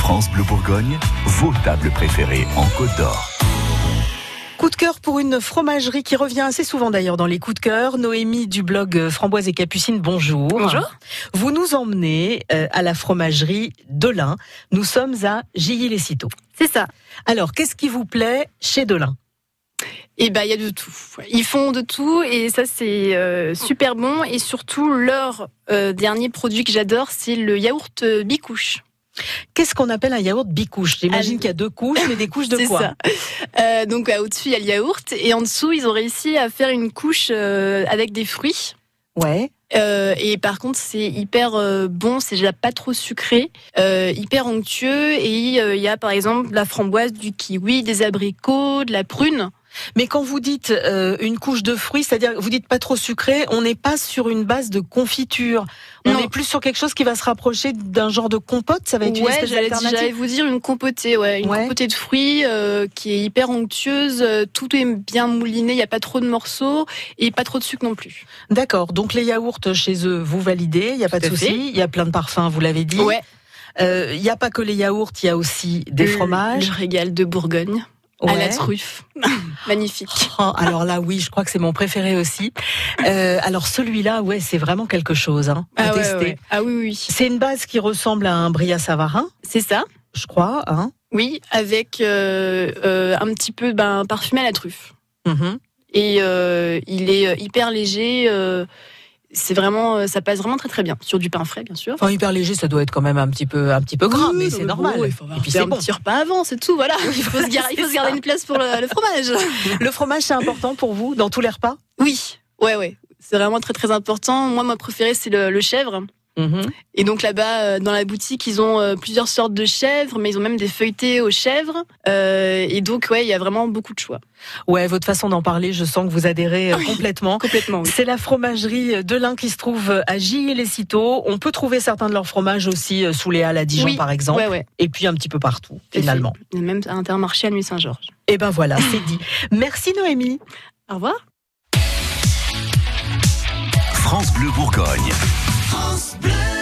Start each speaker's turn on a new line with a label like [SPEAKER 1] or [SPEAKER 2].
[SPEAKER 1] France Bleu Bourgogne, vos tables préférées en Côte d'Or.
[SPEAKER 2] Coup de cœur pour une fromagerie qui revient assez souvent d'ailleurs dans les coups de cœur. Noémie du blog euh, Framboise et Capucine, bonjour.
[SPEAKER 3] Bonjour.
[SPEAKER 2] Vous nous emmenez euh, à la fromagerie Delin. Nous sommes à Gilly-les-Citeaux.
[SPEAKER 3] C'est ça.
[SPEAKER 2] Alors, qu'est-ce qui vous plaît chez Delin
[SPEAKER 3] Et ben il y a de tout. Ils font de tout et ça c'est euh, super bon et surtout leur euh, dernier produit que j'adore c'est le yaourt euh, bicouche.
[SPEAKER 2] Qu'est-ce qu'on appelle un yaourt bicouche J'imagine
[SPEAKER 3] Ah,
[SPEAKER 2] qu'il y a deux couches, mais des couches de
[SPEAKER 3] c'est
[SPEAKER 2] quoi
[SPEAKER 3] ça. Euh, donc euh, au-dessus il y a le yaourt et en dessous ils ont réussi à faire une couche euh, avec des fruits.
[SPEAKER 2] Ouais.
[SPEAKER 3] Euh, et par contre, c'est hyper euh, bon, c'est déjà pas trop sucré, euh, hyper onctueux. Et euh, il y a par exemple de la framboise, du kiwi, des abricots, de la prune.
[SPEAKER 2] Mais quand vous dites euh, une couche de fruits, c'est-à-dire que vous dites pas trop sucré, on n'est pas sur une base de confiture. On
[SPEAKER 3] Non.
[SPEAKER 2] est plus sur quelque chose qui va se rapprocher d'un genre de compote. Ça va être une
[SPEAKER 3] ouais,
[SPEAKER 2] espèce
[SPEAKER 3] j'allais j'allais
[SPEAKER 2] d'alternative.
[SPEAKER 3] vous dire une compotée, ouais, une
[SPEAKER 2] Ouais.
[SPEAKER 3] compotée de fruits euh, qui est hyper onctueuse, euh, tout est bien mouliné, il y a pas trop de morceaux et pas trop de sucre non plus.
[SPEAKER 2] D'accord. Donc les yaourts chez eux, vous validez, il y a pas de
[SPEAKER 3] Tout à fait.
[SPEAKER 2] souci. Il y a plein de parfums, vous l'avez dit.
[SPEAKER 3] Ouais, Euh,
[SPEAKER 2] Euh, Il y a pas que les yaourts, il y a aussi des
[SPEAKER 3] Le-
[SPEAKER 2] fromages.
[SPEAKER 3] Le régal de Bourgogne à la
[SPEAKER 2] Ouais.
[SPEAKER 3] truffe, magnifique.
[SPEAKER 2] Oh, alors là, oui, je crois que c'est mon préféré aussi. Euh, alors celui-là, ouais, c'est vraiment quelque chose hein, à
[SPEAKER 3] Ah, ouais,
[SPEAKER 2] tester.
[SPEAKER 3] ouais, ouais. ah oui, oui,
[SPEAKER 2] C'est une base qui ressemble à un brillat savarin,
[SPEAKER 3] c'est ça.
[SPEAKER 2] je crois. Hein
[SPEAKER 3] Oui, avec euh, euh, un petit peu ben, parfumé à la truffe. Mm-hmm.
[SPEAKER 2] Mhm.
[SPEAKER 3] Et euh, il est euh, hyper léger. euh, c'est vraiment, euh, ça passe vraiment très très bien sur du pain frais, bien sûr.
[SPEAKER 2] Enfin, hyper léger, ça doit être quand même un petit peu, un petit peu gras,
[SPEAKER 3] Oui,
[SPEAKER 2] Ah, mais
[SPEAKER 3] non,
[SPEAKER 2] c'est
[SPEAKER 3] bon,
[SPEAKER 2] normal.
[SPEAKER 3] il faut avoir
[SPEAKER 2] Et puis
[SPEAKER 3] fait
[SPEAKER 2] c'est
[SPEAKER 3] un
[SPEAKER 2] bon.
[SPEAKER 3] petit repas avant, c'est tout. Voilà, il faut se garder, il faut se garder une place pour le, le fromage.
[SPEAKER 2] Le fromage, c'est important pour vous dans tous les repas
[SPEAKER 3] Oui, ouais, ouais. C'est vraiment très très important. Moi, ma préférée, c'est le, le chèvre. Et donc là-bas, euh, dans la boutique, ils ont euh, plusieurs sortes de chèvres, mais ils ont même des feuilletés aux chèvres. Euh, et donc, ouais, il y a vraiment beaucoup de choix.
[SPEAKER 2] Ouais, votre façon d'en parler, je sens que vous adhérez euh,
[SPEAKER 3] Oui.
[SPEAKER 2] complètement.
[SPEAKER 3] Complètement. oui.
[SPEAKER 2] C'est la fromagerie de l'Ain qui se trouve à Gilles les Citeaux. On peut trouver certains de leurs fromages aussi euh, sous les halles à Dijon,
[SPEAKER 3] Oui,
[SPEAKER 2] par exemple,
[SPEAKER 3] Ouais, ouais.
[SPEAKER 2] et puis un petit peu partout,
[SPEAKER 3] Tout à fait.
[SPEAKER 2] finalement.
[SPEAKER 3] Et Même à Intermarché à Nuit Saint-Georges.
[SPEAKER 2] Et ben voilà, c'est dit. Merci Noémie.
[SPEAKER 3] Au revoir.
[SPEAKER 1] France Bleu Bourgogne.
[SPEAKER 4] France Bleu.